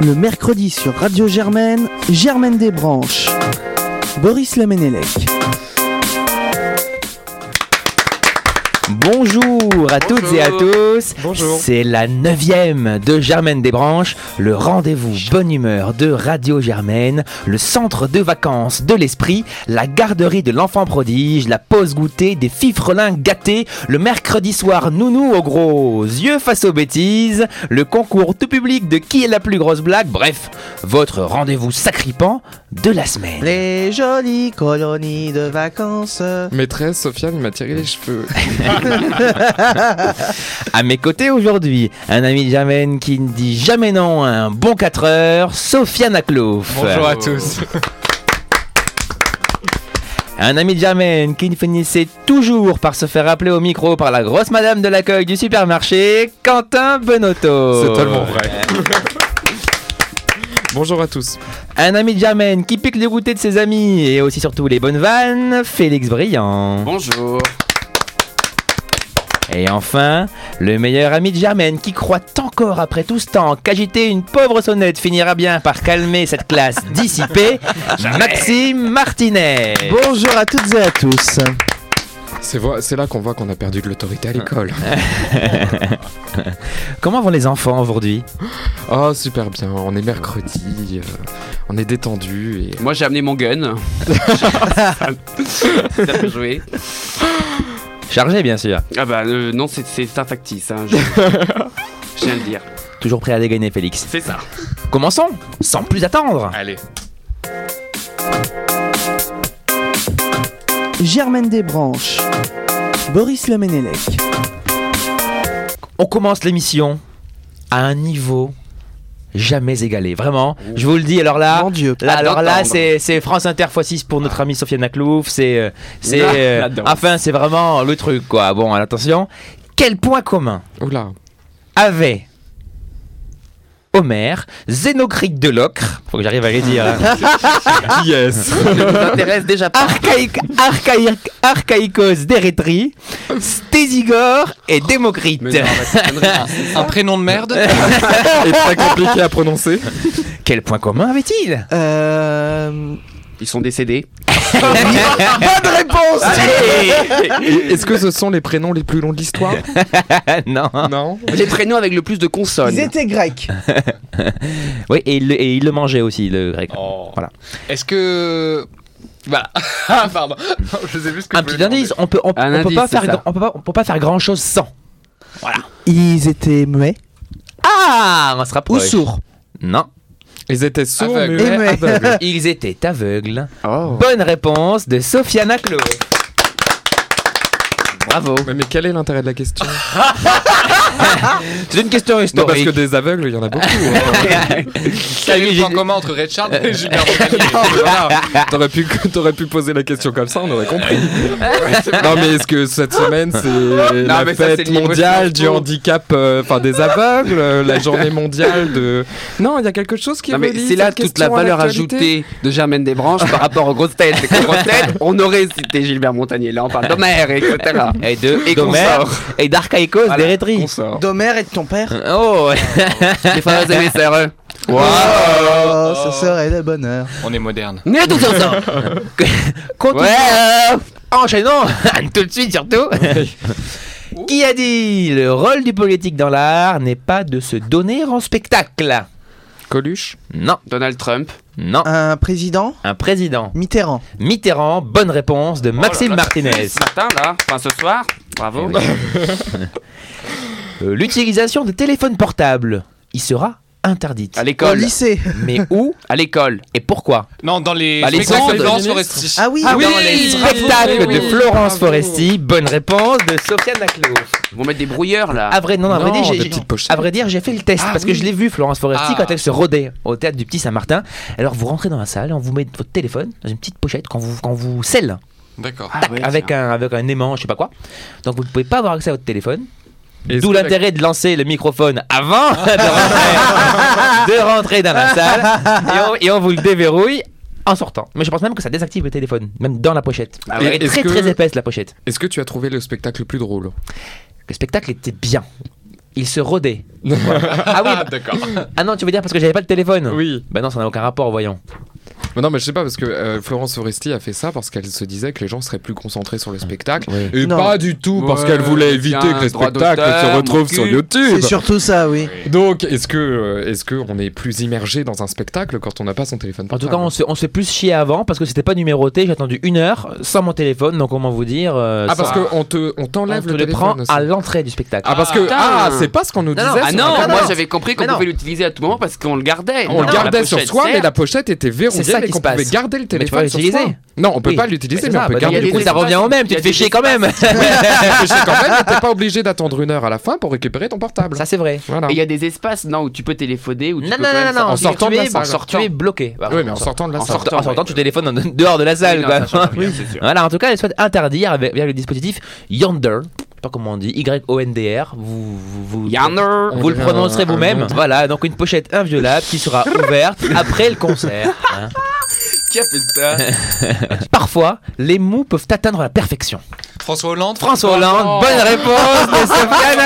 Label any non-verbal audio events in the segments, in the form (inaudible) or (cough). le mercredi sur Radio Germaine, Germaine des Branches, Boris Lemenelec. Bonjour à toutes et à tous. Bonjour. C'est la neuvième de Germaine des Branches, le rendez-vous bonne humeur de Radio Germaine, le centre de vacances de l'esprit, la garderie de l'enfant prodige, la pause goûter des fifrelins gâtés, le mercredi soir nounou aux gros yeux face aux bêtises, le concours tout public de qui est la plus grosse blague, bref, votre rendez-vous sacripant de la semaine. Les jolies colonies de vacances. Maîtresse, Sofiane, il m'a tiré les cheveux. À mes côtés aujourd'hui, un ami de Germaine qui ne dit jamais non à un bon 4 heures, Sofiane Aklouf. (laughs) Bonjour à tous. Un ami de Germaine qui finissait toujours par se faire appeler au micro par la grosse madame de l'accueil du supermarché, Quentin Benotto. C'est tellement vrai. (laughs) Bonjour à tous. Un ami de Germaine qui pique les goûters de ses amis et aussi surtout les bonnes vannes, Félix Briand. Bonjour. Et enfin, le meilleur ami de Germaine qui croit encore après tout ce temps qu'agiter une pauvre sonnette finira bien par calmer cette classe dissipée, Maxime Martinet. Bonjour à toutes et à tous. C'est voi- c'est là qu'on voit qu'on a perdu de l'autorité à l'école. Comment vont les enfants aujourd'hui Oh, super bien. On est mercredi. euh, on est détendu. Et... Moi j'ai amené mon gun. (laughs) ça peut jouer. Chargés bien sûr. Ah bah euh, non, c'est- c'est un factice. hein, je... je tiens à le dire. Toujours prêt à dégainer Félix. C'est ça. Commençons sans plus attendre. Allez. Germaine des Branches, Boris Lemenelec. On commence l'émission à un niveau jamais égalé. Vraiment, je vous le dis alors là. Mon Dieu. Là, À alors là, l'entendre. c'est c'est France Inter x 6 pour notre amie Sofiane Aklouf. C'est. euh, c'est Ah, euh, là-dedans. enfin, c'est vraiment le truc, quoi. Bon, alors, attention. Quel point commun Oula. avait Homer, Zénocrite de l'Ocre, faut que j'arrive à les dire, hein. (laughs) Ah. Yes. (laughs) Ça t'intéresse déjà pas. Archaïque, archaïque, Archaïkos d'Érythrée, Stésigore et Démocrite. Mais non, bah, c'est (laughs) une connerie. Un prénom de merde Et très compliqué à prononcer. Quel point commun avait-il Euh, Ils sont décédés. Bonne Oh, réponse Et Est-ce que ce sont les prénoms les plus longs de l'histoire Ah, Non. (laughs) Non. Les prénoms avec le plus de ils consonnes. étaient grecs. Oui, et il, le- et il le mangeait aussi, le Oh, grec. Voilà. Est-ce que. Voilà. (laughs) Ah, Pardon. Je sais plus ce que Un je voulais petit indice, on peut, on, Un on peut indice, pas c'est faire, ça. grand- on peut pas, on peut pas faire grand chose sans. Ils étaient muets Ah, on se ou rapproche. sourds. Non. Ils étaient sourds, Aveugle. muets, Et muets. aveugles. (laughs) Ils étaient aveugles. Oh. Bonne réponse de Sofiane Aklo. Bravo. Mais, mais quel est l'intérêt de la question C'est une question Non, parce historique. que des aveugles, il y en (laughs) a beaucoup. hein. Quel est le point J'ai- commun entre Richard Euh, et Gilbert (laughs) Montagnier Voilà. T'aurais pu, (laughs) t'aurais pu poser la question comme ça, on aurait compris. non, mais est-ce que cette semaine, c'est la mais ça, c'est fête le niveau mondiale du Sciences Po. handicap, euh, enfin des aveugles, euh, (laughs) la journée mondiale de. Non, il y a quelque chose qui Non, mais relie c'est là cette toute question la à valeur l'actualité. ajoutée de Germaine Desbranches par rapport aux grosses têtes. C'est qu'aux grosses têtes, on aurait cité Gilbert Montagnier. Là, on parle d'Homer, etc. Et de Et d'Homère consort. et d'Archaïkos Voilà, d'Érythrée. consort. D'Homère et de ton père. Oh, Les frères et les sœurs. Oh, ce serait le bonheur. On est moderne. Nous tous ensemble. Continuons. Ouais. (laughs) Enchaînons tout de suite surtout. Qui a dit le rôle du politique dans l'art n'est pas de se donner en spectacle Coluche Non, Donald Trump. non. Un président Un président. Mitterrand. Mitterrand, bonne réponse de Maxime Oh là là, Martinez. Ce matin, là, enfin ce soir, bravo. Euh, L'utilisation de téléphones portables y sera interdite. À Au l'école. lycée. Mais où (laughs) À l'école. et pourquoi Non, dans les. Bah, les spectacles ondes. de Florence Les Foresti. Ah oui, Ah oui, Dans les bravo, spectacles oui, de oui. Florence Bravo. Foresti, bonne réponse de Sofiane Laclos. Ils vont mettre des brouilleurs, là. À vrai, non, à vrai Non, dire, des j'ai- petites j'ai- pochettes. à vrai dire, j'ai fait le test Ah parce que oui. je l'ai vu Florence Foresti Ah. quand elle se rodait au théâtre du Petit Saint-Martin. Alors vous rentrez dans la salle, on vous met votre téléphone dans une petite pochette quand vous quand vous scelle D'accord. Ah tac, ouais, avec tiens. un avec un aimant, je sais pas quoi. Donc vous ne pouvez pas avoir accès à votre téléphone. Est-ce D'où que la- l'intérêt de lancer le microphone avant (laughs) de (laughs) rentrer, de rentrer dans la salle et on, et on vous le déverrouille en sortant. Mais je pense même que ça désactive le téléphone, même dans la pochette. Ah Elle ouais. est Est-ce très que- très épaisse la pochette. Est-ce que tu as trouvé le spectacle le plus drôle Le spectacle était bien. il se (laughs) rodait. Voilà. ah oui, Ah, bah- d'accord. ah non, tu veux dire parce que j'avais pas le téléphone Oui. Bah non, ça n'a aucun rapport, voyons. Mais non, mais je sais pas, parce que euh, Florence Foresti a fait ça parce qu'elle se disait que les gens seraient plus concentrés sur le spectacle. Et Non. pas du tout, parce Ouais, qu'elle voulait tiens, éviter que le droit spectacle d'auteur, se retrouve mon sur cul. YouTube. C'est surtout ça, oui. Donc, est-ce que, euh, est-ce que on est plus immergé dans un spectacle quand on n'a pas son téléphone En tout portable cas, on se, on se fait plus chier avant parce que c'était pas numéroté. J'ai attendu une heure sans mon téléphone, donc comment vous dire euh, ah parce sans- que on te, on on t'enlève te le le prend téléphone aussi. à l'entrée du spectacle. Ah parce que putain. ah c'est pas ce qu'on nous disait. Non, sur ah la non, pochette. moi j'avais compris qu'on Mais non. pouvait l'utiliser à tout moment parce qu'on le gardait. On le Non, gardait la sur pochette soi, mais sert. la pochette était C'est verrouillée ça mais qui qu'on se passe. pouvait garder le Mais tu téléphone. peux sur l'utiliser. soi. Non, on peut Oui. pas l'utiliser, C'est mais ça, on bah, peut donc, garder il y le a du (laughs) coup, téléphone. des ça revient espaces. au même. Il Tu y te a fais des chier quand même. Mais je sais quand même, t'es pas obligé d'attendre une heure à la fin pour récupérer ton portable. ça c'est vrai. voilà. Et il y a des espaces non, où tu peux téléphoner. Où tu Non, peux non, quand non, même non, non, en sortir. tu- sortant tu de la es- salle. en sortant, tu es bloqué. Par Oui, contre, mais en sortant de la en salle. sortant, en sortant, ouais. tu téléphones en- dehors de la salle. Oui, non, quoi. (laughs) ça change rien, c'est sûr. Voilà, en tout cas, elle souhaite interdire avec- via le dispositif Yonder. Je sais pas comment on dit, Y-O-N-D-R. Vous, vous, vous- Yonder. vous le On dirait prononcerez un- un vous-même. nom. Voilà, donc une pochette inviolable qui sera ouverte après le concert. hein. Qui a fait ça Parfois, les mots peuvent atteindre la perfection. François Hollande. François Hollande, Oh. bonne réponse de Sofiane J'ai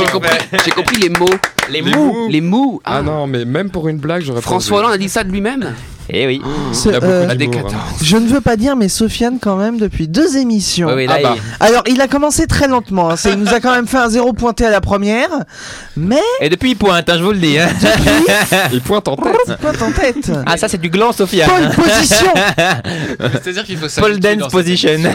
Aklou. compris, j'ai compris les mots. Les mots. mous. Les mots. Ah non, mais même pour une blague, j'aurais pas François osé. Hollande a dit ça de lui-même. Eh oui. Ce- Il y a beaucoup euh, d'humour, des hein. je ne veux pas dire, mais Sofiane, quand même, depuis deux émissions. Oui, oui, là, Ah bah. il- Alors, il a commencé très lentement. hein. C'est- Il nous a quand même fait un zéro pointé à la première. Mais Et depuis, il pointe, hein, je vous le dis. hein. Il pointe en tête. il pointe en tête. Ah, ça, c'est du gland, Sofiane. hein. Paul, position C'est-à-dire qu'il faut Pole s'habituer dans dance cette position. émission.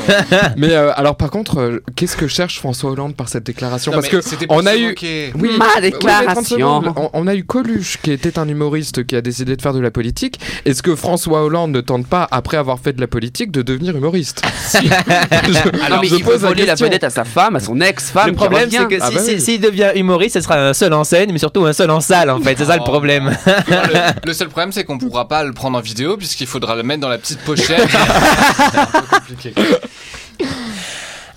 Mais euh, alors, par contre, euh, qu'est-ce que cherche François Hollande par cette déclaration Non, Parce mais que c'était pour on a se eu. moquer. Oui, oui, Ma mais 30 déclaration. secondes. On, on a eu Coluche, qui était un humoriste qui a décidé de faire de la politique. Est-ce que François Hollande ne tente pas, après avoir fait de la politique, de devenir humoriste Je- Alors, mais je il veut pose la voler la question. vedette à sa femme, à son ex-femme. Le problème, qui c'est revient. que Ah si- bah si- s'il oui. devient humoriste, ce sera un seul en scène, mais surtout un seul en salle, en fait. C'est ça le Oh. problème. le, le seul problème, c'est qu'on pourra pas le prendre en vidéo puisqu'il faudra le mettre dans la petite pochette. C'est un peu compliqué.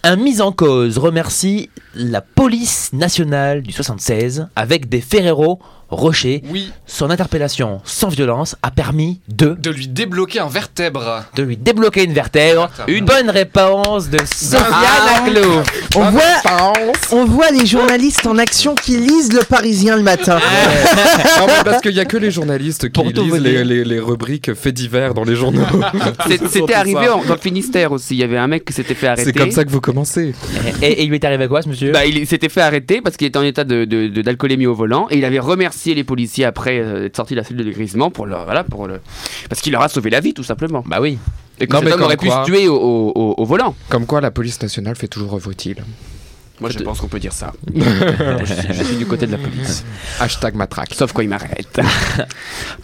Un mise en cause remercie la police nationale du 76 avec des Ferrero Rocher. (laughs) Oui, Son interpellation sans violence a permis de de lui débloquer un vertèbre. de lui débloquer une vertèbre. Une bonne réponse de Sofiane Ah. Aklou. on voit, on voit les journalistes en action qui lisent le Parisien le matin. Non, mais parce qu'il y a que les journalistes qui Pour tout vous lisent les, dire. les- les rubriques faits divers dans les journaux. C'est- C'était arrivé en- dans le Finistère aussi. Il y avait un mec qui s'était fait arrêter. C'est comme ça que vous commencez. Et, et il lui est arrivé quoi, ce monsieur Bah, il s'était fait arrêter parce qu'il était en état de- de- de- d'alcoolémie au volant et il avait remercié les policiers après euh, être sorti de la cellule de grisement pour leur, voilà, pour le... parce qu'il leur a sauvé la vie tout simplement. Bah (laughs) oui. Et que Non, cet mais homme comme aurait pu quoi. se tuer au, au- au- au volant. Comme quoi, la police nationale fait toujours œuvre utile. Moi je pense qu'on peut dire ça. je, suis, (laughs) je suis du côté de la police. Hashtag matraque. Sauf quand il m'arrête.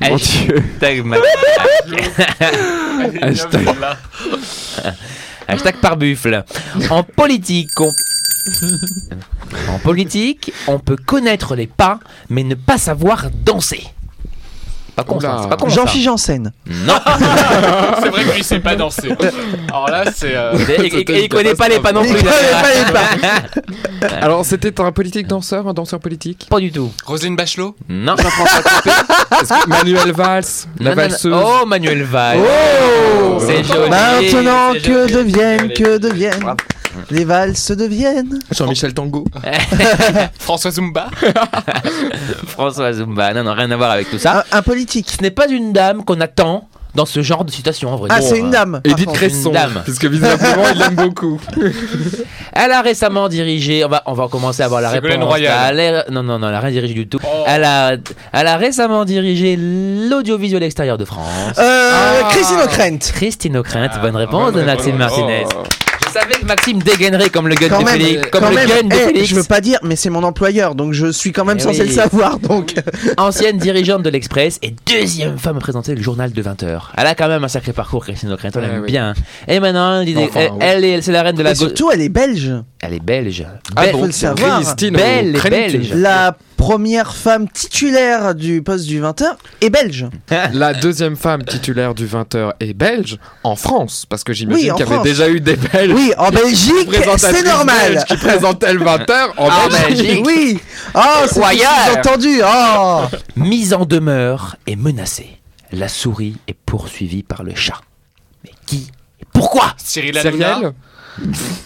Mon Dieu. Hashtag, ma- hashtag par buffle. En politique, on... en politique, on peut connaître les pas, mais ne pas savoir danser. Pas con, ça. Oula. C'est pas con, ça. Jean-Philippe Janssen. (laughs) Non. C'est vrai que lui, sait pas danser. Alors là, c'est. euh, Et, et- et il connaît pas les pas non Il plus. connaît pas les pas. Alors, c'était un politique danseur, un danseur politique (laughs) Pas du tout. Roselyne Bachelot Non. Est-ce que Manuel Valls, la Ah, Non, non, non. valseuse. Oh, Manuel Valls. C'est joli. Oh Maintenant c'est que joli. deviennent, que deviennent les valses deviennent. Jean-Michel Tango. François Zumba Oh. François Zumba. Non, non, rien à voir avec tout ça. Un, un politique. Ce n'est pas une dame qu'on attend dans ce genre de situation, en vrai. Ah, Bon, c'est une euh, dame. par Edith contre. Cresson. Une dame. Puisque visiblement, il l'aime beaucoup. Elle a récemment dirigé. On va, on va commencer à avoir la Ségolène réponse. Royal. Elle a- non, non, non, elle a rien dirigé du tout. Oh. Elle, a, elle a récemment dirigé l'audiovisuel extérieur de France. Euh, Ah. Christine O'Krent. Christine O'Krent, bonne réponse Ah, bonne de Maxime réponse. Oh. Martinez. Oh. Je savais que Maxime dégainerait comme le gun Quand de même, Félix. Comme quand le même. gun de Eh, Félix. je veux pas dire, mais c'est mon employeur, donc je suis quand même Eh censé oui. le savoir. Donc, Ancienne dirigeante de l'Express et deuxième femme à présenter le journal de 20h. Elle a quand même un sacré parcours, Christine O'Krent, on Eh Ouais, l'aime oui. bien. Et maintenant, elle, dit- Enfin, elle- oui. elle est- c'est la reine de la Et gauche. surtout, elle est belge. Elle est belge. Ah Bel- bon, faut le savoir. Christine Belle et O'Krent. belge. La première femme titulaire du poste du 20h est belge. La deuxième femme titulaire du 20h est belge en France. Parce que j'imagine Oui, en qu'il y avait France. déjà eu des Belges. Oui, en Belgique, présentatrices c'est normal. belges Qui présentaient le 20h en Ah, Belgique. Belgique. Oui. Oh, c'est Royal. entendu. (laughs) Oh. Mise en demeure et menacée. La souris est poursuivie par le chat. Mais qui et pourquoi Cyril Hanouna Cyril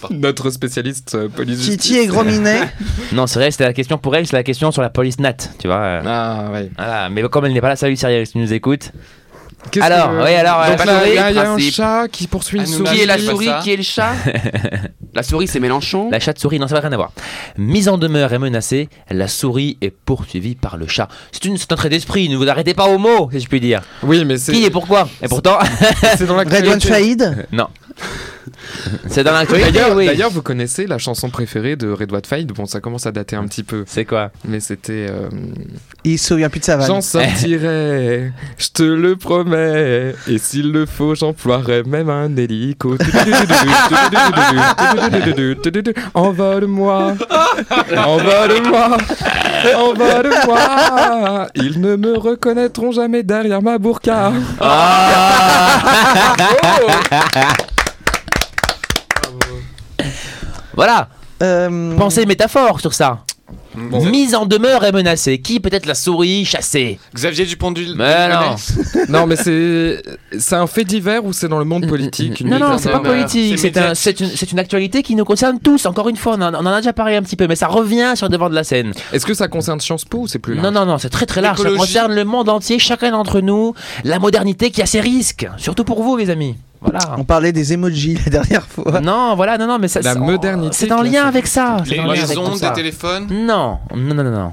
Notre spécialiste euh, police. Titi justice. et Gros Minet. Non, c'est vrai, c'était la question pour elle, c'est la question sur la police nat, tu vois. euh. Ah ouais. Voilà, mais comme elle n'est pas là, salut sérieux, si tu nous écoutes. Qu'est-ce Alors, que- oui, alors, euh, Donc là, souris, là, il y a un principe. chat qui poursuit une Ah, nous, souris. là, Qui est la c'est pas souris ça. Qui est le (laughs) chat La souris, c'est Mélenchon. La chatte souris, non, ça n'a rien à voir. Mise en demeure et menacée, la souris est poursuivie par le chat. C'est une- c'est un trait d'esprit, ne vous arrêtez pas aux mots, si je puis dire. Oui, mais Qui et c'est pourquoi Et pourtant, (laughs) c'est dans Redouane l'actualité. Faïd. non. (laughs) C'est dans l'actualité, D'ailleurs, oui. d'ailleurs, vous connaissez la chanson préférée de Redouane Faïd. Bon, ça commence à dater un petit peu, C'est quoi mais c'était. euh, Il se souvient plus de sa vanne. J'en sortirai, je te le promets. Et s'il le faut, j'emploierai même un hélico. Envole-moi, envole-moi, envole-moi. Ils ne me reconnaîtront jamais derrière ma burqa. Ah. Voilà, Euh, pensez métaphore sur ça. Mm. Bon. Mise en demeure et menacée, qui peut-être la souris chassée Xavier Dupont du. Mais non. Non, mais c'est c'est un fait divers ou c'est dans le monde politique une Non, non, mise c'est pas en demeure. politique, C'est c'est un- c'est une, c'est une actualité qui nous concerne tous, encore une fois, on en, on en a déjà parlé un petit peu, mais ça revient sur le devant de la scène. Est-ce que ça concerne Sciences Po ou c'est plus large Non, non, non, c'est très très large, ça L'écologie. concerne le monde entier, chacun d'entre nous, la modernité qui a ses risques, surtout pour vous les amis. Voilà. On parlait des emojis la dernière fois. Non, voilà, non, non, mais ça, La ça- modernité C'est en qui a lien ses avec ça. c'est Les, en lien les avec tout ondes, ça. les téléphones. Non, non, non, non, non.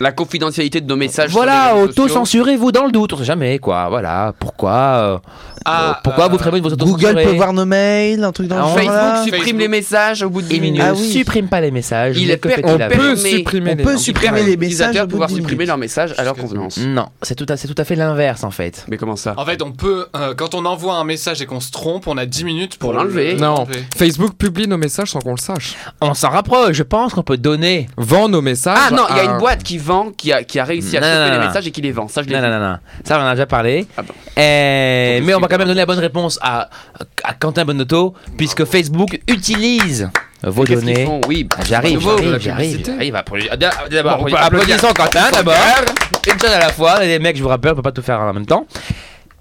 La confidentialité de nos messages. Voilà, sur les réseaux sociaux. auto-censurez-vous dans le doute, on sait jamais quoi. Voilà, pourquoi euh, Ah, euh, Pourquoi euh, vous fermez vos auto Google peut voir nos mails, un truc dans Ah, le on- genre. là. Facebook supprime Facebook. les messages au bout de 10 Il ne minutes. Ah oui. supprime pas les messages. Il mais est que per- fait-il on avec On peut Permet- supprimer on les peut noms. supprimer les messages Utilisateurs au bout de pouvoir 10 supprimer minutes. leurs messages à leur Jusqu'à convenance. Non, c'est tout, à- c'est tout à fait l'inverse en fait. Mais comment ça En fait, on peut, euh, quand on envoie un message et qu'on se trompe, on a 10 minutes pour Pour l'enlever. le- Non, l'enlever. Facebook publie nos messages sans qu'on le sache. On s'en rapproche, je pense qu'on peut donner. Vend nos messages. Ah non, il y a à- une boîte qui vend, qui a, qui a réussi à Non, non, choper non. les messages et qui les vend. Ça, je l'ai Non, non, vu. non, non. Ça, on en a déjà parlé. Ah bon. Euh, Faut mais on va discuter. quand même donner la bonne réponse à, à Quentin Bonotto, puisque Facebook utilise vos Qu'est-ce qu'ils données. font Oui, bah, Ah, J'arrive, Bravo, j'arrive, la j'arrive, publicité. j'arrive. à pour lui- D'ab- D'abord, Bon, on peut applaudissons Quentin, d'abord. Une chose à la fois. Les mecs, je vous rappelle, on peut pas tout faire en même temps.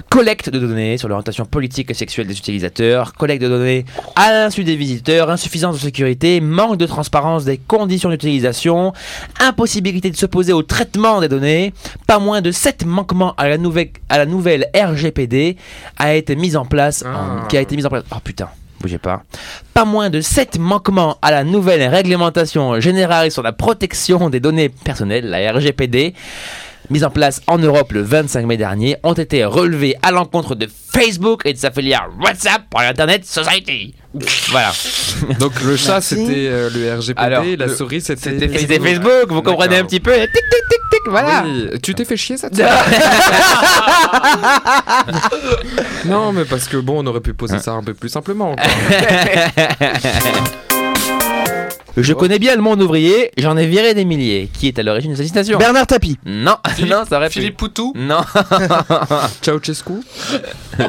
Collecte de données sur l'orientation politique et sexuelle des utilisateurs, collecte de données à l'insu des visiteurs, insuffisance de sécurité, manque de transparence des conditions d'utilisation, impossibilité de s'opposer au traitement des données, pas moins de 7 manquements à la nouvelle, à la nouvelle RGPD a été mise en place, en- Ah. qui a été mise en place. Oh putain, bougez pas pas moins de 7 manquements à la nouvelle réglementation générale sur la protection des données personnelles, la RGPD, mise en place en Europe le 25 mai dernier, ont été relevés à l'encontre de Facebook et de sa filière WhatsApp pour l'Internet Society. voilà. Donc le chat Merci. c'était euh, le RGPD, Alors, la le- souris c'était Et C'était Facebook, vous comprenez un D'accord. petit peu Tic, tic, tic, tic, voilà. Oui, Tu (laughs) t'es fait chier cette (laughs) semaine Non mais parce que bon on aurait pu poser ça un peu plus simplement. (laughs) quoi. Je connais bien le monde ouvrier, j'en ai viré des milliers. Qui est à l'origine de cette citation Bernard Tapie. Non, (laughs) Philippe, non, ça aurait pu. Philippe Poutou. Non, (laughs) Ceausescu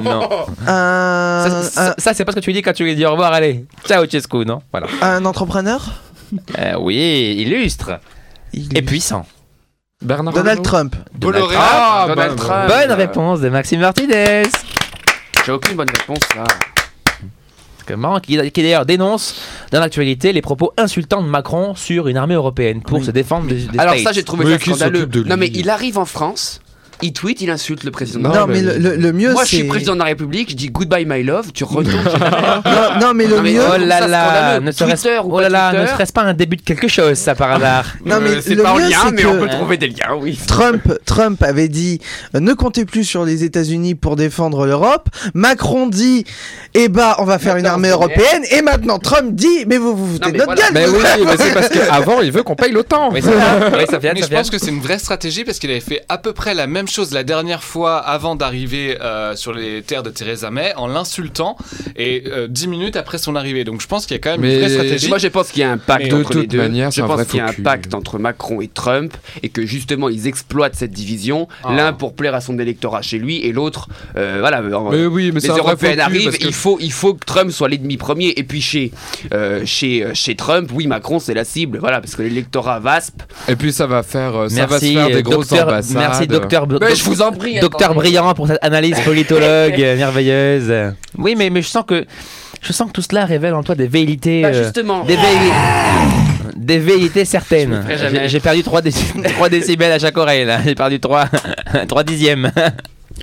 non. Un, Ça, ça- ça, c'est pas ce que tu dis quand tu lui dis au revoir, allez. Ciao, Cescu, non Voilà. un- un entrepreneur Euh, oui, illustre Il- et puissant. Bernard Donald Arnault Trump. Bolloré. Ah, bah, Donald bah, Trump. Bonne réponse de Maxime Martinez. J'ai aucune bonne réponse là. Comment qui, qui d'ailleurs dénonce dans l'actualité les propos insultants de Macron sur une armée européenne pour se défendre des, des Alors States. ça, j'ai trouvé Mais ça qui scandaleux. s'occupe de lui Non mais il arrive en France, il tweet, il insulte le président. Non, Non, mais mais- le, le- le mieux Moi, je c'est. suis président de la République, je dis goodbye my love, tu retournes. chez ta mère. Non, non, mais le Non, mais- mieux. Oh trouve là ça là, scandaleux. ne serait-ce Twitter ou oh là pas là, ne Twitter serait-ce pas un début de quelque chose, ça par hasard (laughs) Non, mais Euh, c'est le pas en mieux, lien, c'est mais que- on peut trouver des liens, oui. Trump, Trump avait dit euh, ne comptez plus sur les États-Unis pour défendre l'Europe. Macron dit eh bah on va faire une Maintenant, armée c'est vrai. européenne. Et maintenant Trump dit mais vous vous foutez Non, de mais notre voilà. gueule. Mais vous- oui mais c'est parce (laughs) qu'avant il veut qu'on paye l'OTAN. Oui, ça oui, ça vient, Mais ça je vient. pense que c'est une vraie stratégie parce qu'il avait fait à peu près la même chose la dernière fois avant d'arriver euh, sur les terres de Theresa May en l'insultant et euh, dix minutes après son arrivée. Donc je pense qu'il y a quand même Mais- une vraie Et stratégie. Moi, je pense qu'il y a un pacte De entre les toute deux. manière, c'est je un pense vrai qu'il y a un faux cul. pacte entre Macron et Trump et que justement ils exploitent cette division, Ah. l'un pour plaire à son électorat chez lui et l'autre, euh, voilà. en- Mais oui mais les c'est un vrai faux Européennes cul, arrivent, parce que- il, faut, il faut que Trump soit l'ennemi premier. Et puis chez, euh, chez, euh, chez Trump, oui, Macron, c'est la cible, voilà, parce que l'électorat VASP. Et puis ça va faire euh, ça va se Merci, faire des euh, grosses docteur, ambassades. merci docteur, Bo- Mais je vous en prie. docteur attendez. brillant pour cette analyse politologue euh, merveilleuse. Oui, mais, mais je sens que Je sens que tout cela révèle en toi des velléités. Bah, euh, justement. des, velléi- des velléités certaines. Je le ferai jamais. J'ai- J'ai perdu 3, décibels à chaque oreille là. J'ai perdu (laughs) 3, dixièmes.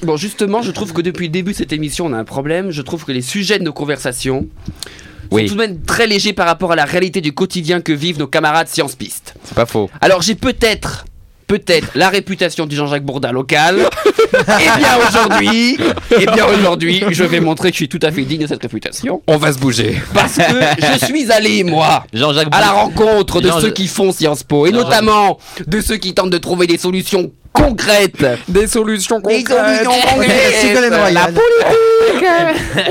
Bon, justement, je trouve que depuis le début de cette émission, on a un problème. Je trouve que les sujets de nos conversations sont Oui. tout de même très légers par rapport à la réalité du quotidien que vivent nos camarades Science Piste. C'est pas faux. Alors, j'ai peut-être. Peut-être la réputation du Jean-Jacques (laughs) Bourdin local. et bien aujourd'hui, et bien aujourd'hui, je vais montrer que je suis tout à fait digne de cette réputation On va se bouger. parce que je suis allé moi Jean-Jacques à la rencontre de Jean- ceux qui font Sciences Po et notamment de ceux qui tentent de trouver des solutions concrètes Des solutions Des concrètes. (laughs) solutions C'est concrètes Ségolène Royal.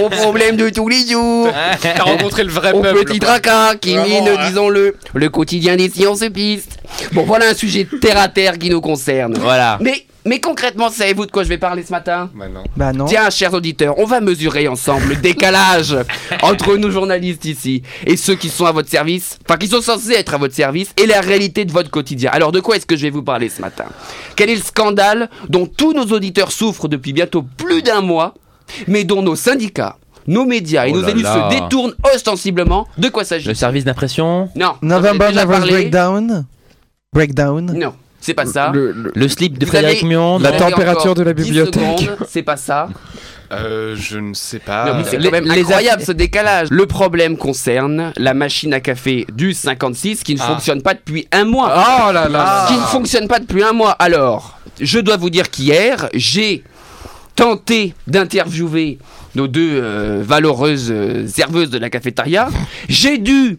aux problèmes de tous les jours T'as rencontré le vrai aux peuple. petits tracas qui Vraiment, minent, hein. disons-le, le quotidien des sciences pistes. Bon, voilà un sujet terre à terre qui nous concerne. Voilà. Mais, mais concrètement, savez-vous de quoi je vais parler ce matin Bah non. Bah non. Tiens, chers auditeurs, on va mesurer ensemble le décalage (laughs) entre nous journalistes ici et ceux qui sont à votre service, enfin qui sont censés être à votre service, et la réalité de votre quotidien. Alors de quoi est-ce que je vais vous parler ce matin Quel est le scandale dont tous nos auditeurs souffrent depuis bientôt plus d'un mois, mais dont nos syndicats, nos médias et Oh nos là élus là. se détournent ostensiblement De quoi Le s'agit-il service d'impression. Non, j'en ai November déjà Never parlé. Breakdown. Breakdown. Non, c'est pas ça. Le- le- Ah. Le slip de Vous Frédéric avez- Mion. vous La avez température encore de la 10 bibliothèque. secondes, C'est (laughs) pas ça. Euh, je ne sais Non, pas. mais Ah c'est Les- quand même les incroyable ce décalage. Le problème concerne la machine à café du 56 qui ne Ah. fonctionne pas depuis un mois. Oh là là. Ah. Qui ne fonctionne pas depuis un mois. Alors, je dois vous dire qu'hier, j'ai tenté d'interviewer nos deux euh, valeureuses euh, serveuses de la cafétéria. J'ai dû,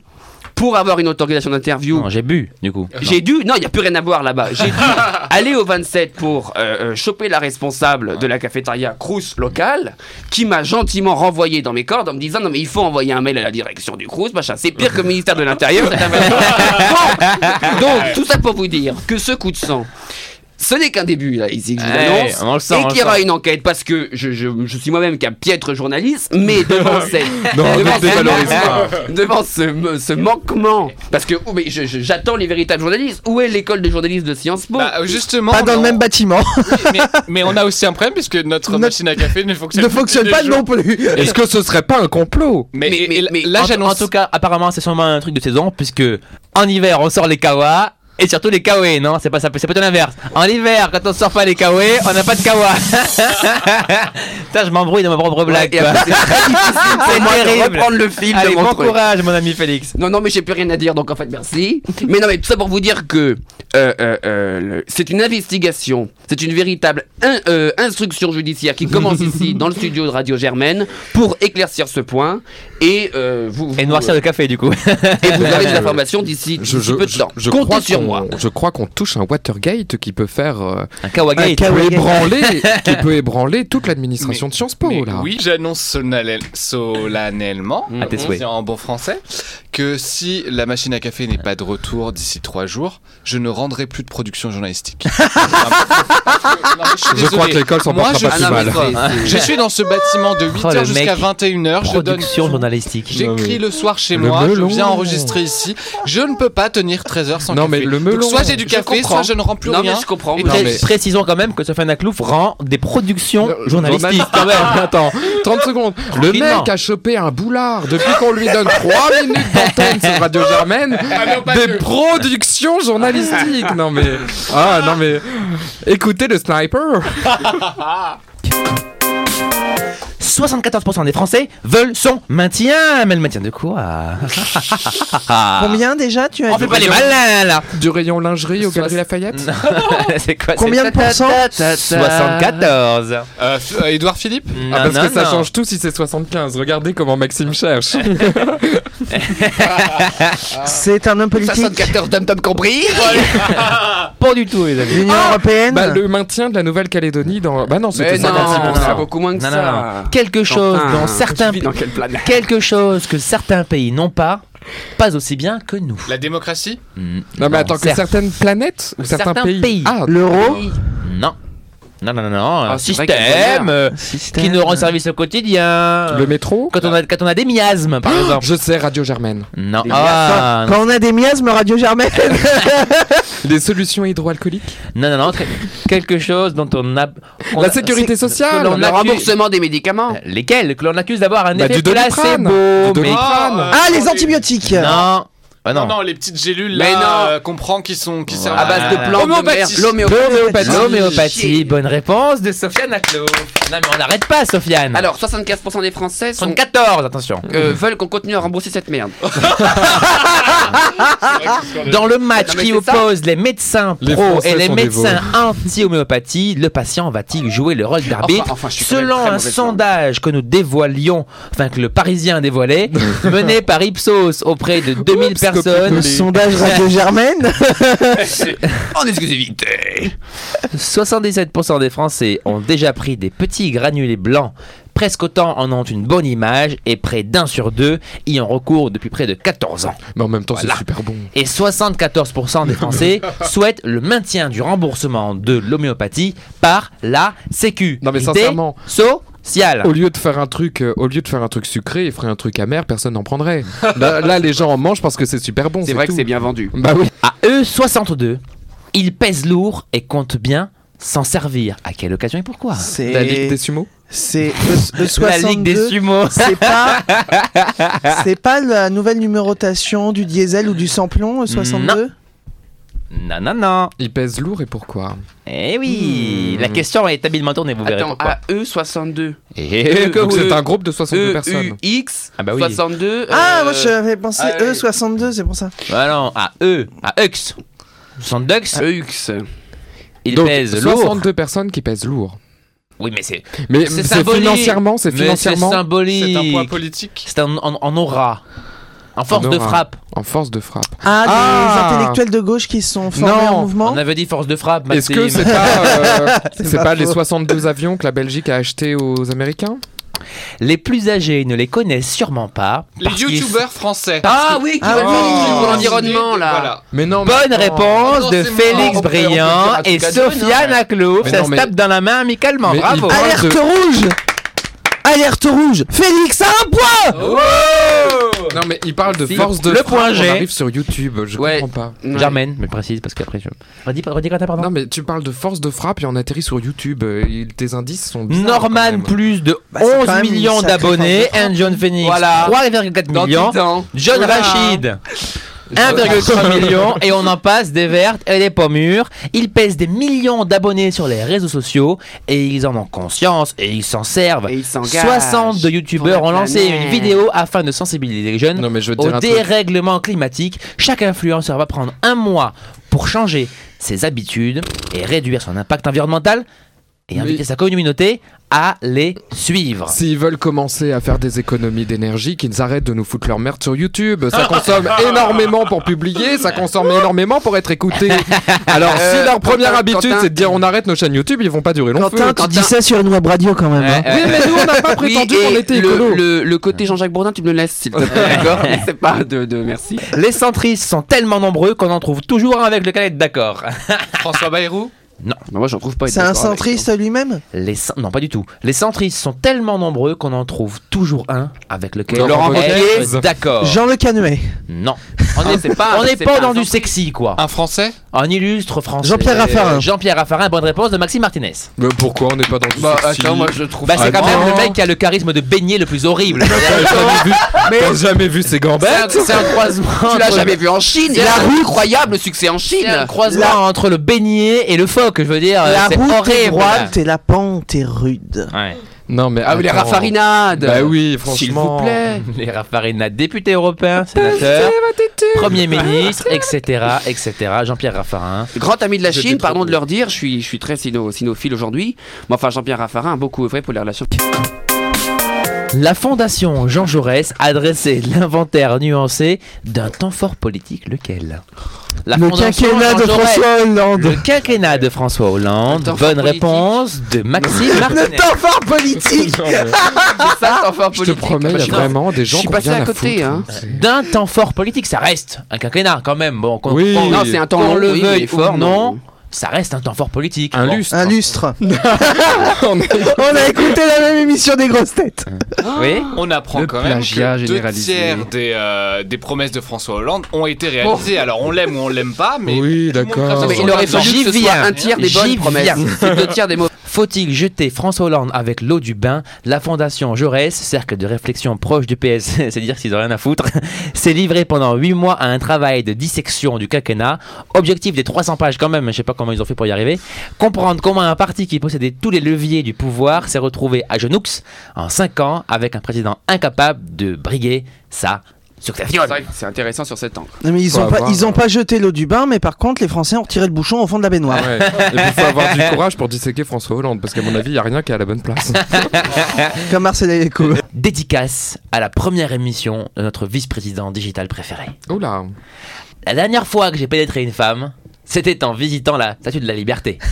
pour avoir une autorisation d'interview, Non, j'ai bu du coup. j'ai dû, non, il n'y a plus rien à voir là-bas. J'ai dû (laughs) aller au 27 pour euh, euh, choper la responsable de la cafétéria Crous locale, qui m'a gentiment renvoyé dans mes cordes en me disant non mais il faut envoyer un mail à la direction du Crous, machin. C'est pire que le ministère de l'Intérieur. (laughs) cette affaire. Bon. (laughs) donc tout ça pour vous dire que ce coup de sang. Ce n'est qu'un début, là, ici, que je vous Ouais, annonce. Eh, on le sent, et on le qu'il y aura sent. une enquête, parce que je, je- je suis moi-même qu'un piètre journaliste, mais (laughs) devant cette. Non, ne devant, cette- dévalorise pas. (laughs) devant ce, ce manquement. Parce que oh, mais je- je- j'attends les véritables journalistes. Où est l'école de journalistes de Sciences Po euh, Bah, justement. Pas dans le non. même bâtiment. mais, mais on a aussi un problème puisque notre Notre- machine à café ne fonctionne, Ne fonctionne tous pas les jours. non plus. Est-ce que ce serait pas un complot Mais, Mais- et- mais- et mais là, En- en, j'annonce. tout cas, apparemment, c'est sûrement un truc de saison, puisque en hiver, on sort les kawas. Et surtout les kawaii, non C'est pas ça, peut- c'est plutôt l'inverse. En hiver, quand on sort pas les kawaii, on n'a pas de kawa. (laughs) Putain, je m'embrouille dans ma propre blague. Et quoi. après, c'est très (laughs) difficile pour moi de terrible. reprendre le fil Allez, de mon bon truc. courage, mon ami Félix. Non, non, mais j'ai plus rien à dire, donc en fait, merci. mais non, mais tout ça pour vous dire que euh, euh, euh, le- c'est une investigation, c'est une véritable in- euh, instruction judiciaire (laughs) qui commence ici, dans le studio de Radio Germaine, pour éclaircir ce point et euh, vous, Et vous- noircir le euh, café, du coup. et vous aurez des informations d'ici d'ici je, je, peu de je- temps. je crois Comptez sur qu'on- moi. Je crois qu'on touche un Watergate qui peut faire euh, Un kawagate. Un kawa- peut Watergate. (laughs) ébranler, qui peut ébranler toute l'administration de Sciences Po Mais là. oui, j'annonce solennel- solennellement, À tes on souhaits. dit en bon français, que si la machine à café n'est pas de retour d'ici trois jours, je ne rendrai plus de production journalistique. (laughs) Non, mais je suis Je crois désolé. que l'école s'en Moi, portera je- pas Ah si non, mais mal. (laughs) c'est- Je suis dans ce bâtiment de Oh, 8h le jusqu'à mec. 21h. Je donne Production journalistique. J'écris le soir chez Le moi, melon. je viens enregistrer ici. Je ne peux pas tenir 13 heures sans Non, café. mais le Donc, melon. soit j'ai du Je café, comprends. soit je ne rends plus non, rien. mais je comprends. Et vous non, avez- mais- Précisons quand même que Sofiane Aklouf rend des productions journalistiques. quand même. (laughs) Attends, 30 secondes. Le Rapidement. mec a chopé un boulard depuis qu'on lui (laughs) donne 3 minutes d'antenne sur Radio Germaine. Ah Des productions journalistiques. Non mais. Ah non mais. Écoutez le sniper. 74% des Français veulent son maintien. Mais le maintien de quoi Combien déjà tu as On dit fait pas les malins là Du rayon lingerie au Galeries Lafayette. C'est quoi c'est- Combien de pourcents 74 Euh, F- euh, Édouard Philippe Non, Ah, parce non, que ça non. change tout si c'est 75. Regardez comment Maxime cherche. C'est un homme politique 74 tom tom compris. Pas du tout, les amis. L'Union européenne Bah, le maintien de la Nouvelle-Calédonie dans. Bah non, Mais c'était non, 56%. non, ça non. vaut beaucoup moins que Non, non, ça. Quelque chose Enfin, dans tu certains vis dans quelle planète quelque chose que certains pays n'ont pas, pas aussi bien que nous. La démocratie Non, mais attends, que Certes. certaines planètes ou certains, Oh, Certains pays. Ah, L'euro Non. Non, non, non, non. un c'est vrai qu'elle est système euh, qui nous rend service au quotidien. Le métro Ah, Quand on a, quand on a des miasmes, Euh, par exemple. Je sais, Radio Germaine. Non. Des Ah, Quand on a des miasmes, Radio Germaine. Les solutions hydroalcooliques non, non, non. très- Quelque chose dont on a. on La a- sécurité sociale que l'on Ah, Le a- remboursement des médicaments. Lesquels Que l'on accuse d'avoir un Bah, effet du Doliprane. placebo. Du mais- Doliprane. euh, Ah, les attendez. antibiotiques. Non. Ah Non, non. non, les petites gélules Mais là, non. euh, qu'on prend qui sont qui servent À base de rien. plantes de Ah, Homéopathie. merde, l'homéopathie. L'homéopathie. L'homéopathie. Bonne réponse de Sofiane Aklov. Non, mais on n'arrête pas, Sofiane. Hmm. Alors, 75% des Français sont- 74, attention. euh, veulent qu'on continue à rembourser cette merde. Dans le match Non, mais qui c'est ça. oppose les médecins Les pro Français et les sont médecins anti-homéopathie, le patient va-t-il jouer le rôle d'arbitre Enfin, enfin, je suis quand même Selon très un mauvaise langue. sondage que nous dévoilions, enfin que le Parisien (laughs) dévoilait, mené par Ipsos auprès de 2000 Oups, personnes, Le sondage Radio Germaine. En exclusivité. 77% des Français ont déjà pris des petits granulés blancs. Presque autant en ont une bonne image et près d'un sur deux y ont recours depuis près de 14 ans. Mais en même temps, c'est Voilà. super bon. Et 74% des (laughs) Français souhaitent le maintien du remboursement de l'homéopathie par la Sécu. Non, mais Sécurité sincèrement. Sociale. Au lieu de faire un truc, euh, au lieu de faire un truc sucré, ils feraient un truc amer, personne (laughs) n'en prendrait. là, là, les gens en mangent parce que c'est super bon. C'est vrai tout. que c'est bien vendu. Bah oui. À eux, 62. Ils pèsent lourd et comptent bien s'en servir. À quelle occasion et pourquoi La ligue des sumo. C'est le, le 62. La Ligue des Sumos. C'est pas, c'est pas la nouvelle numérotation du diesel ou du samplon euh, 62 Non, non, non. Ils pèsent lourd et pourquoi Eh oui, la question est habilement tournée, vous verrez Attends, ah, E pourquoi. AE62. (laughs) Et que Donc oui. c'est un groupe de 62 E personnes. EUX Ah bah oui. 62. Ah, euh, moi j'avais pensé ah, oui. E62, c'est pour ça. Ah non, à eux, à Ux. Sans Dux, EUX. il Ah, Donc, pèse lourd. 62 personnes qui pèsent lourd. Oui, mais c'est Mais C'est c'est symbolique. financièrement, c'est mais c'est financièrement C'est un point symbolique. politique. C'est en, en- en aura. En force En de aura. frappe. en force de frappe. Ah, Ah. des intellectuels de gauche qui se sont formés Non, en mouvement On avait dit force de frappe, Est-ce Maxime. (laughs) que c'est pas, euh, C'est c'est pas pas les faux. 62 avions que la Belgique a achetés aux Américains Les plus âgés ne les connaissent sûrement pas. Les parce qu'ils- youtubeurs français. Ah oui, qui Ah veulent oui. faire pour Oh. l'environnement là. Voilà. Mais non. Bonne réponse Oh, non, de c'est moi. Félix On peut- on peut dire Briand à et Toucadoun, Sofiane Aklov. Mais Ça non, se mais- tape dans la main amicalement. Mais Bravo. il- Ah, Alerte rouge Alerte rouge Félix a un point Non mais il parle de Si. force de Le frappe, point G. On arrive sur YouTube. Je Ouais. comprends pas. Ouais. Germaine, mais précise parce qu'après je. Redis, redis Greta, pardon. Non mais tu parles de force de frappe et on atterrit sur YouTube. Euh, il- Tes indices sont bizarres, quand Norman, même. plus de Bah, c'est 11 quand même une millions sacrée d'abonnés. force de Un John Phoenix, Voilà. 3,4 Dans millions. Titan. John Voilà. Rachid, 1,3 million. Et on en passe des vertes et des pas mûres. Ils pèsent des millions d'abonnés sur les réseaux sociaux. Et ils en ont conscience et ils s'en servent. Et ils s'engagent. 60 de youtubeurs pour ont la lancé une planète. vidéo afin de sensibiliser les jeunes Non mais je veux te au dire un truc. dérèglement climatique. Chaque influenceur va prendre un mois pour changer ses habitudes et réduire son impact environnemental et inviter Mais- sa communauté à les suivre. S'ils veulent commencer à faire des économies d'énergie, qu'ils arrêtent de nous foutre leur merde sur YouTube. Ça (laughs) consomme énormément pour publier, ça consomme énormément pour être (laughs) écouté. Alors, si Euh, leur première Quentin, habitude, Quentin. c'est de dire on arrête nos chaînes YouTube, ils vont pas durer longtemps. Quentin, tu dis ça sur une web radio quand même. hein. Ouais, ouais. Oui, mais nous, on n'a pas Euh, Oui, prétendu et qu'on était écolo. le, le, le côté Jean-Jacques Bourdin, tu me le laisses s'il te plaît, d'accord C'est pas de, de merci. Les centristes sont tellement nombreux qu'on en trouve toujours un avec lequel être d'accord. François Bayrou. Mais moi, j'en trouve pas. C'est un centriste lui-même Les cen- non pas du tout. Les centristes sont tellement nombreux qu'on en trouve toujours un avec lequel Laurent être Wauquiez. d'accord. Jean Ah, Le Canuet. Non, On n'est pas, on n'est c'est pas un dans du centriste. sexy quoi. Un français. Un illustre français. Ah. Jean-Pierre Raffarin. Jean-Pierre Raffarin, bonne réponse de Maxime Martinez. Mais pourquoi on n'est pas dans du Bah, sexy attends, moi, je trouve. Bah c'est Ah quand même bon le mec qui a le charisme de beignet le plus horrible. T'as jamais vu, t'as jamais vu ces C'est un- gambettes c'est un croisement. Tu l'as entre- jamais vu en Chine C'est La un- rue incroyable le succès en Chine. C'est un croisement La- entre le beignet et le phoque, je veux dire. euh, la c'est route est horrible. droite et la pente est rude. Ouais. Non, mais Ah oui, les attends. raffarinades. Bah oui, S'il franchement. vous plaît. Les Raffarinat, député européen, sénateur, premier ministre, etc., etc. Jean-Pierre Raffarin. Grand ami de la J'étais Chine, trop pardon de bon. leur dire, je suis, je suis très sino- sinophile aujourd'hui. Mais enfin, Jean-Pierre Raffarin a beaucoup œuvré pour les relations. La Fondation Jean Jaurès a dressé l'inventaire nuancé d'un temps fort politique, lequel La Le Fondation quinquennat Jean de Jaurès. François Hollande. Le quinquennat de François Hollande. temps fort Bonne politique. réponse de Maxime Le Martinez. temps fort politique (laughs) C'est ça, c'est enfin Je te politique. promets, il y a Non, vraiment des je gens suis qui passé viennent à côté, hein. d'un temps fort politique, ça reste un quinquennat quand même. Bon, qu'on Oui. qu'on- Non, c'est un temps qu'on long, le oui, veuille mais ou fort, non, non. ça reste un temps fort politique. Un Bon. lustre. Un lustre. (laughs) On est- (laughs) On a écouté la même émission des grosses têtes. Oui. On apprend Le quand même plagiat que deux généralisé. tiers des, euh, des promesses de François Hollande ont été réalisées. Alors on l'aime ou on l'aime pas, mais Oui, d'accord. Non, mais mais il aurait fallu j'y que ce soit viens. un tiers des J'y bonnes promesses. viens. (laughs) C'est deux tiers des mauvaises. Faut-il jeter François Hollande avec l'eau du bain La fondation Jaurès, cercle de réflexion proche du PS, (laughs) c'est-à-dire qu'ils n'ont rien à foutre, (laughs) s'est livrée pendant 8 mois à un travail de dissection du quinquennat. Objectif des 300 pages quand même, je sais pas comment ils ont fait pour y arriver. Comprendre comment un parti qui possédait tous les leviers du pouvoir s'est retrouvé à genoux en 5 ans avec un président incapable de briguer sa succession. C'est intéressant sur cet angle. Non, mais ils Faut ont pas, avoir, ils ont euh, pas jeté l'eau du bain, mais par contre, les Français ont retiré le bouchon au fond de la baignoire. Ouais. Et puis, Ah, faut avoir du courage pour disséquer François Hollande, parce qu'à mon avis, il n'y a rien qui est à la bonne place. Ah Comme Marcel Eco. Dédicace à la première émission de notre vice-président digital préféré. Oula. La dernière fois que j'ai pénétré une femme, c'était en visitant la statue de la liberté. (laughs)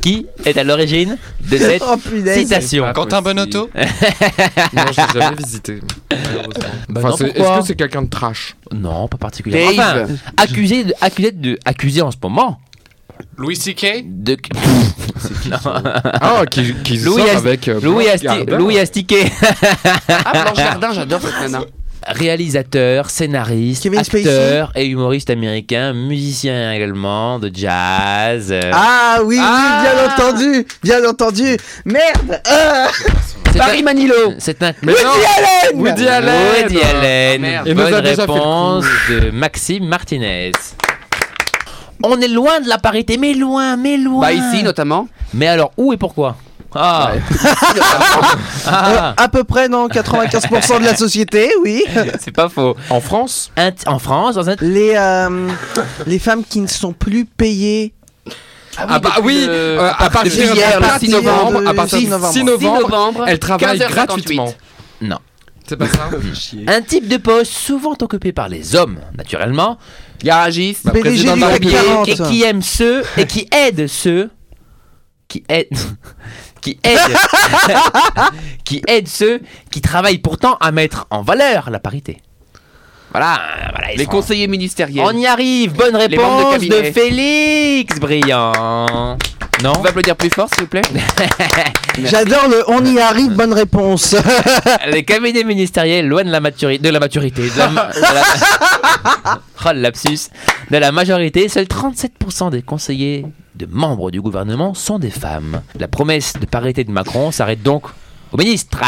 Qui est à l'origine de cette Oh punaise. citation Quentin Bonotto Non, je l'ai jamais visité. malheureusement. Bah Enfin, non, c'est- pourquoi Est-ce que c'est quelqu'un de trash Non, pas particulièrement. Dave. Enfin, accusé, de, accusé, de, accusé en ce moment Louis C.K. de. (laughs) Ah, qui, qui Louis sort Ast- avec. euh, Louis, Blanche Asti- Gardin. Louis Astiquet, (laughs) Ah, Blanche Gardin, j'adore cette nana. réalisateur, scénariste, Kevin Spacey. acteur et humoriste américain, musicien également de jazz. euh, Ah oui, oui, bien Ah. entendu, bien entendu. Merde. Ah. c'est un- Paris Manilo. C'est un Mais non, Merde. Woody Allen Woody Allen. merde. Il nous a Ah, Bonne déjà fait le réponse de Maxime Martinez. On est loin de la parité, mais loin, mais loin. Bah, ici notamment. Mais alors, où et pourquoi Ah, Ah, Euh, à peu près dans 95% de la société, oui. (laughs) c'est pas faux. En France Un t- en France, dans un. Les euh, les femmes qui ne sont plus payées. Ah bah oui, euh, euh, à partir depuis de hier, le 6 six novembre, novembre, à partir six du novembre. 6 6 novembre, novembre. elle travaille 15h58. gratuitement. Non. C'est pas ça Un type de poste souvent occupé par les hommes, naturellement, Garagiste. Bah, PDG président du de la CAC et, République. 40. et qui aime ceux et qui aide ceux qui aident (laughs) qui aident (laughs) qui aident ceux qui travaillent pourtant à mettre en valeur la parité. Voilà, voilà ils Les sont- conseillers ministériels. On y arrive. Bonne Les membres de réponse de, cabinet. Félix Briand. Non. On va applaudir plus fort, s'il vous plaît. J'adore le on y arrive, bonne réponse. Les cabinets ministériels loin de la maturité, de la maturité, de la, ma- de la- Oh, le lapsus, de la majorité, seuls 37% des conseillers de membres du gouvernement sont des femmes. La promesse de parité de Macron s'arrête donc au ministre.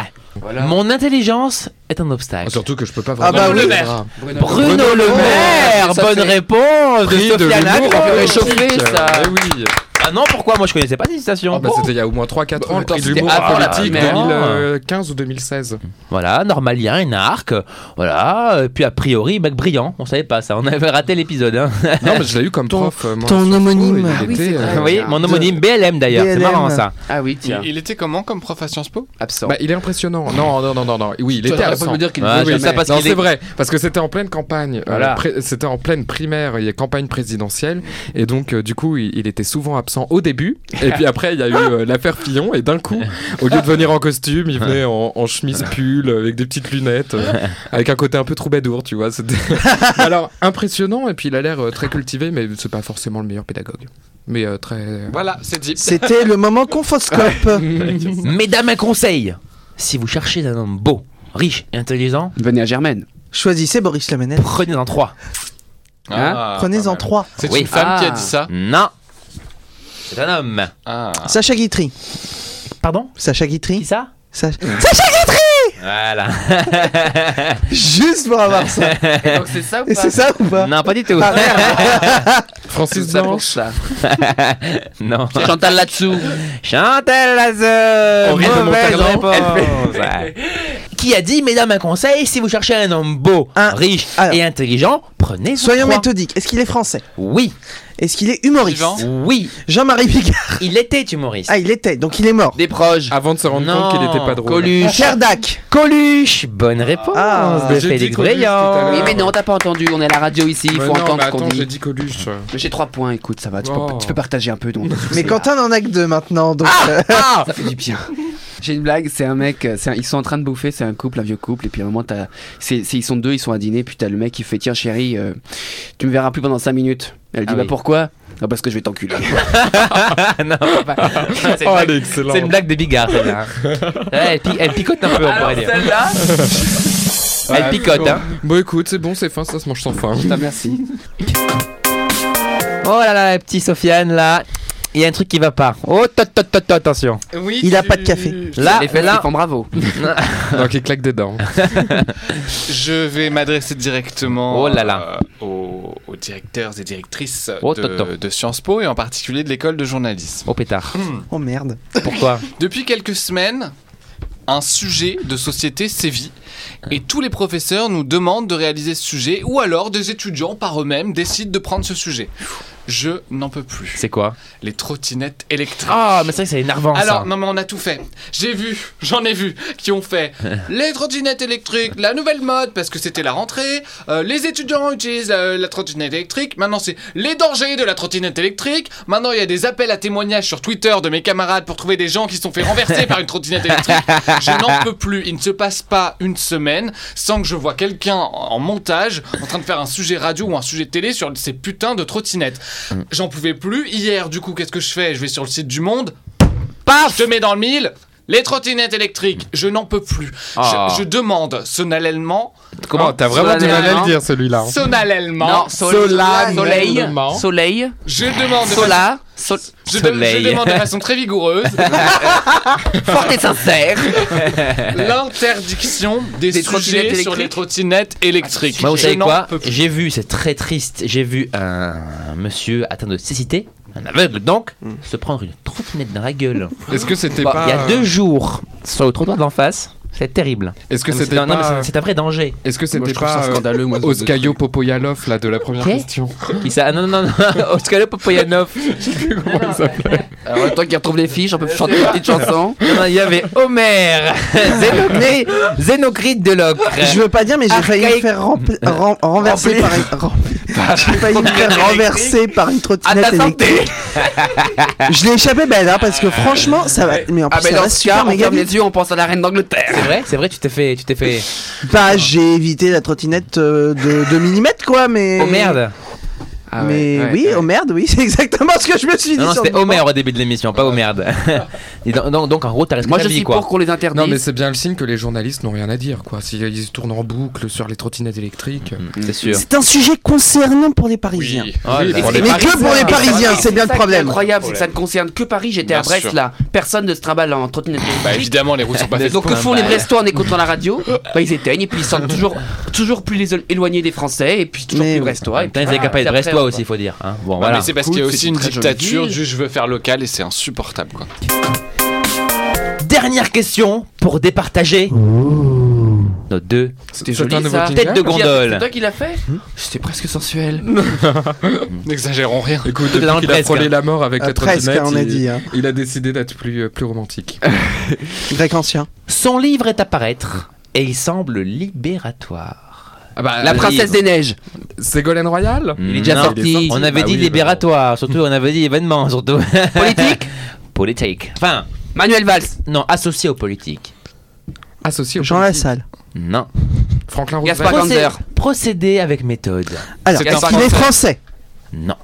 Mon intelligence est un obstacle. Surtout que je peux pas Ah vraiment. bah oui. Bruno, Bruno, Le Maire, ça bonne fait réponse de Prix de Sofiane l'humour Ackland. en réchauffer, politique. ça. Mais oui. Ah non, pourquoi Moi je connaissais pas cette citation. Ah bah, c'était il y a au moins 3-4 ans, le Attends, prix de c'était l'humour avant en la politique primaire. 2015 ou 2016. Voilà, normalien, une arc. Voilà, et puis a priori, mec brillant. On savait pas ça, on avait raté l'épisode. hein. Non, mais je l'ai eu comme Ton- prof. euh, moi, ton en sciences po, homonyme. il Ah oui, était, c'est euh, vrai. Oui, mon homonyme BLM d'ailleurs, c'est BLM. marrant ça. Ah oui, Il, tiens. il était comment comme prof à Sciences Po Absent. bah, il est impressionnant. Non, non, non, non, non. Oui, il Tu était arrêtes pas de absent. me dire qu'il Ouais, ne je veut sais jamais. pas parce Ah, non, qu'il c'est est- vrai, parce que c'était en pleine campagne, euh, Voilà. pré- c'était en pleine primaire, il y a campagne présidentielle, et donc euh, du coup il, il était souvent absent au début, et puis après il y a eu euh, l'affaire Fillon, et d'un coup, au lieu de venir en costume, il venait en, en chemise pull, euh, avec des petites lunettes, euh, avec un côté un peu troubadour, tu vois. c'était- (laughs) Alors impressionnant, et puis il a l'air euh, très cultivé, mais c'est pas forcément le meilleur pédagogue. Mais euh, très. Voilà, c'est dit. C'était le moment confoscope. (laughs) Mesdames, un conseil. Si vous cherchez un homme beau, riche et intelligent, Venez à Germaine. Choisissez Boris Lamanette. prenez-en trois. Ah, pas Prenez-en mal. trois. C'est Oui. une femme qui a Ah. dit ça. Non. C'est un homme. Ah. Sacha Guitry. Pardon Sacha Qui Guitry. ça Sa- (laughs) Voilà. Juste pour avoir ça. Donc c'est ça ou Et pas c'est ça ou pas non, pas du tout. Ah, merde. Francis C'est ça pour Blanche. ça. (laughs) non. Chantal là-dessous. Chantal Lazare Henri de Mauvaise Montalon. (laughs) réponse Qui a dit, mesdames, un conseil, si vous cherchez un homme beau, Un- riche alors. et intelligent, prenez Soyons méthodiques. méthodiques. Est-ce qu'il est français Oui, Est-ce qu'il est humoriste Vivant. oui, Jean-Marie Picard. il était humoriste. Ah, il était, donc il est mort. Des proches. Avant de se rendre Non, compte qu'il était pas drôle. Coluche. Cerdac. Coluche, bonne réponse Ah, de j'ai dit Félix Coluche tout à Briand. l'heure. Oui, mais non, t'as pas entendu. On est à la radio ici. Il Mais faut non, mais entendre ce qu'on attends, j'ai dit. dit Coluche. Mais J'ai trois points, écoute, ça va. Tu, Oh. peux, tu peux partager un peu. Donc, (laughs) Mais Quentin n'en a que deux maintenant, donc. euh, ça fait du bien. J'ai une blague, c'est un mec, euh, c'est un- ils sont en train de bouffer, c'est un couple, un vieux couple, et puis à un moment, t'as- c'est- c'est- ils sont deux, ils sont à dîner, puis t'as le mec qui fait Tiens chérie, euh, tu me verras plus pendant 5 minutes. Elle dit Ah Bah oui. pourquoi Ah, Parce que je vais t'enculer. (laughs) Ah, non, pas- c'est une Oh, blague- elle est excellente. c'est une blague de Bigard, celle-là. (laughs) Ouais, elle, pi- elle picote un peu, on pourrait dire. celle-là Elle picote, hein. Bon, écoute, c'est bon, c'est fin, ça se mange sans (laughs) fin. Putain, merci. Oh là là, la petite Sofiane, là. Il y a un truc qui va pas. Oh, tot, tot, tot, tot, attention. Oui, Il a pas de café. Là, les fesses Ah, là, qui font bravo. Donc, il claque des dents. Je vais m'adresser directement Oh là là. euh, aux, aux directeurs et directrices Oh, tonton. de, de Sciences Po et en particulier de l'école de journalisme. Oh pétard. Oh merde. Pourquoi Depuis quelques semaines, un sujet de société sévit et tous les professeurs nous demandent de réaliser ce sujet ou alors des étudiants par eux-mêmes décident de prendre ce sujet. Je n'en peux plus. C'est quoi Les trottinettes électriques. Ah, mais c'est vrai que c'est hein. énervant Alors, ça. non, mais on a tout fait. J'ai vu, j'en ai vu, qui ont fait les trottinettes électriques, la nouvelle mode, parce que c'était la rentrée. euh, les étudiants utilisent euh, la trottinette électrique. Maintenant, c'est les dangers de la trottinette électrique. Maintenant, il y a des appels à témoignages sur Twitter de mes camarades pour trouver des gens qui se sont fait renverser par une trottinette électrique. Je n'en peux plus. Il ne se passe pas une semaine sans que je vois quelqu'un en montage en train de faire un sujet radio ou un sujet télé sur ces putains de trottinettes. Mm. J'en pouvais plus. Hier, du coup, qu'est-ce que je fais Je vais sur le site du Monde. Je te mets dans le mille. Les trottinettes électriques, je n'en peux plus. Je- Ah. Je, demande sonalèlement. Comment T'as vraiment du mal à le dire, celui-là. Sonalèlement. soleil, soleil, Solennellement. soleil, Je demande. de façon- sola, sol- je, de- je soleil. demande de façon (laughs) très vigoureuse forte et sincère. l'interdiction des, Des sujets trottinettes sur les électriques. trottinettes électriques. Moi, Bah, vous Je savez n'en quoi peux plus. J'ai vu, c'est très triste, j'ai vu un monsieur atteint de cécité, un aveugle donc, Mm. se prendre une trottinette dans la gueule. Est-ce que c'était Bah, pas. euh, Il y a deux jours, sur le trottoir d'en face, c'est terrible. Est-ce que Non, Ah, mais c'était c'est- non, mais pas. euh, c'est- c'est un vrai danger. Est-ce que Moi, c'était je trouve pas. ça euh, scandaleux, moi. ce truc. Oskayo Popoyalov, là, de la première Qu'est question (laughs) Qui ça Ah non, non, (laughs) non, non, Oscar Popoyanov. Alors, le temps qu'ils retrouvent les fiches, on peut chanter une petite chanson. Non, non, Il y avait Homer, (laughs) Zénocré, Zénocrite de l'Ocre. Je veux pas dire, mais j'ai failli me Archaïque. faire rempl- ren- renverser Remplir. par une. ren- (laughs) J'ai failli me faire renverser par une À trottinette ta santé! électrique. Je l'ai échappé belle, hein, parce que franchement, ça va. Mais en Euh, Ah, plus, mais ça dans va ce cas, super on méga ferme vite. les yeux, on pense à la reine d'Angleterre. C'est vrai, c'est vrai, tu t'es fait, tu t'es fait. Bah, j'ai évité la trottinette euh, (laughs) de 2 mm, quoi, mais. Oh merde. Ah ouais, Mais ouais, oui, ouais. oh merde, oui, (laughs) c'est exactement ce que je me suis dit. Non, non, sur le c'était moment. Homer au début de l'émission, pas Homer. (laughs) Et donc- donc, donc, en gros, t'as Moi, je responsabilité suis quoi. pour qu'on les interdise. Non, mais c'est bien le signe que les journalistes n'ont rien à dire, quoi. S'ils se tournent en boucle sur les trottinettes électriques. Mm, C'est sûr. C'est un sujet concernant pour les Parisiens. Oui. Oh là Oui, là. pour les Mais que pour les Parisiens, c'est bien le ça qui est problème. incroyable, c'est que ça ne concerne que Paris. J'étais Bien à Brest sûr. là, personne ne se trimballe en trottinette Bah, électrique. évidemment, les routes (laughs) sont pas faites. Donc que pour un font les bal. Brestois en écoutant la radio Bah ils éteignent et puis ils sont toujours toujours plus les- éloignés des Français et puis toujours Mais plus oui. Brestois. Et Putain, puis ils étaient capables après, de Brest, toi on- aussi, faut dire. hein. Bon, Non, voilà. mais c'est parce Écoute, qu'il y a aussi c'est une une très jolie dictature ville. du je veux faire local et c'est insupportable quoi. Dernière question pour départager nos deux C'était C'est joli un nouveau ça. jingle. têtes de Qui a- C'est gondole. toi qui l'as fait C'était presque sensuel. N'exagérons rien. Écoute, Dans depuis le qu'il a presque, frôlé la mort avec Ah, la presque, trottinette, on a il- dit. Hein. il a décidé d'être plus, euh, plus romantique. Grec ancien. Son livre est à paraître et il semble libératoire. Ah bah, La euh, princesse des neiges. (laughs) Ségolène Royal Hmm. Il est déjà Non, sorti. il est sorti. On avait Bah dit oui, libératoire, surtout on avait dit événement, (laughs) surtout. Politique Politique. Enfin, Manuel Valls. non, associé aux politiques. bah, Associé au Jean politique. Lassalle. Non. Franklin Gaspard Roosevelt. Gander. Procéder avec méthode. Alors, C'est est-ce un qu'il est Français. français Non.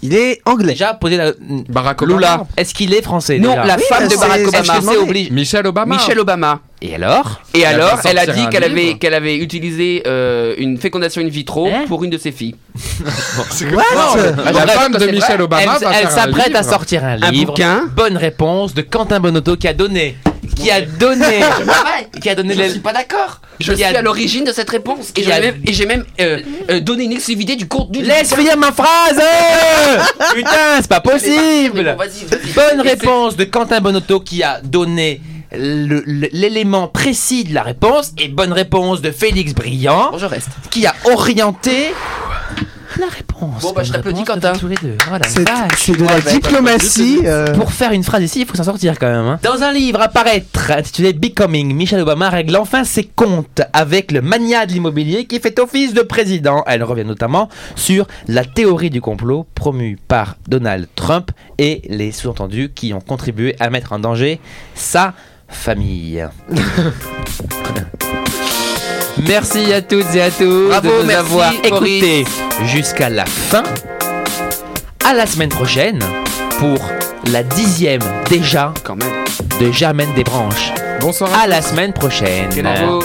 Il est anglais. Déjà, poser la. hmm, Barack Obama. Lula, est-ce qu'il est français Non, déjà la femme bah, de c'est- Barack c'est ce que je Obama. demandais. obligé. Michelle Obama. Michel Obama. Et alors Et Elle a alors, fait elle a sortir dit un qu'elle avait, livre. qu'elle avait utilisé euh, une fécondation in vitro Hein pour une de ses filles. Ah, What La Bref, femme de c'est Michelle vrai. Elle, Obama va elle faire un s'apprête à livre. sortir un, Un livre. bouquin Bonne réponse de Quentin Bonotto qui a donné. Qui a (laughs) donné. qui a donné Je les- suis pas d'accord. Je Il y suis a- à l'origine de cette réponse. Et Il y j'ai a- même, et j'ai même, euh, euh, donné une exclusivité du contenu. du Laisse bouquin. finir ma phrase hein! (laughs) Putain, c'est pas Mais possible bon, vas-y, vas-y. Bonne ben, Et c'est- réponse de Quentin Bonotto qui a donné le- le- l'élément précis de la réponse et bonne réponse de Félix Briand Bon, je reste. qui a orienté la réponse. Bon, bah, je Bonne t'applaudis, réponse de Quentin. vous Tous les deux. Voilà. C'est Vache. c'est de la diplomatie. euh, Pour faire une phrase ici, il faut s'en sortir quand même. hein. Dans un livre à paraître intitulé Becoming, Michelle Obama règle enfin ses comptes avec le mania de l'immobilier qui fait office de président. Elle revient notamment sur la théorie du complot promue par Donald Trump et les sous-entendus qui ont contribué à mettre en danger sa (laughs) famille. merci à toutes et à tous Bravo, de nous merci, avoir Boris. écoutés jusqu'à la fin. À la semaine prochaine pour la dixième déjà Quand même. de Germaine Desbranches. Bonsoir à À la semaine prochaine. Bravo.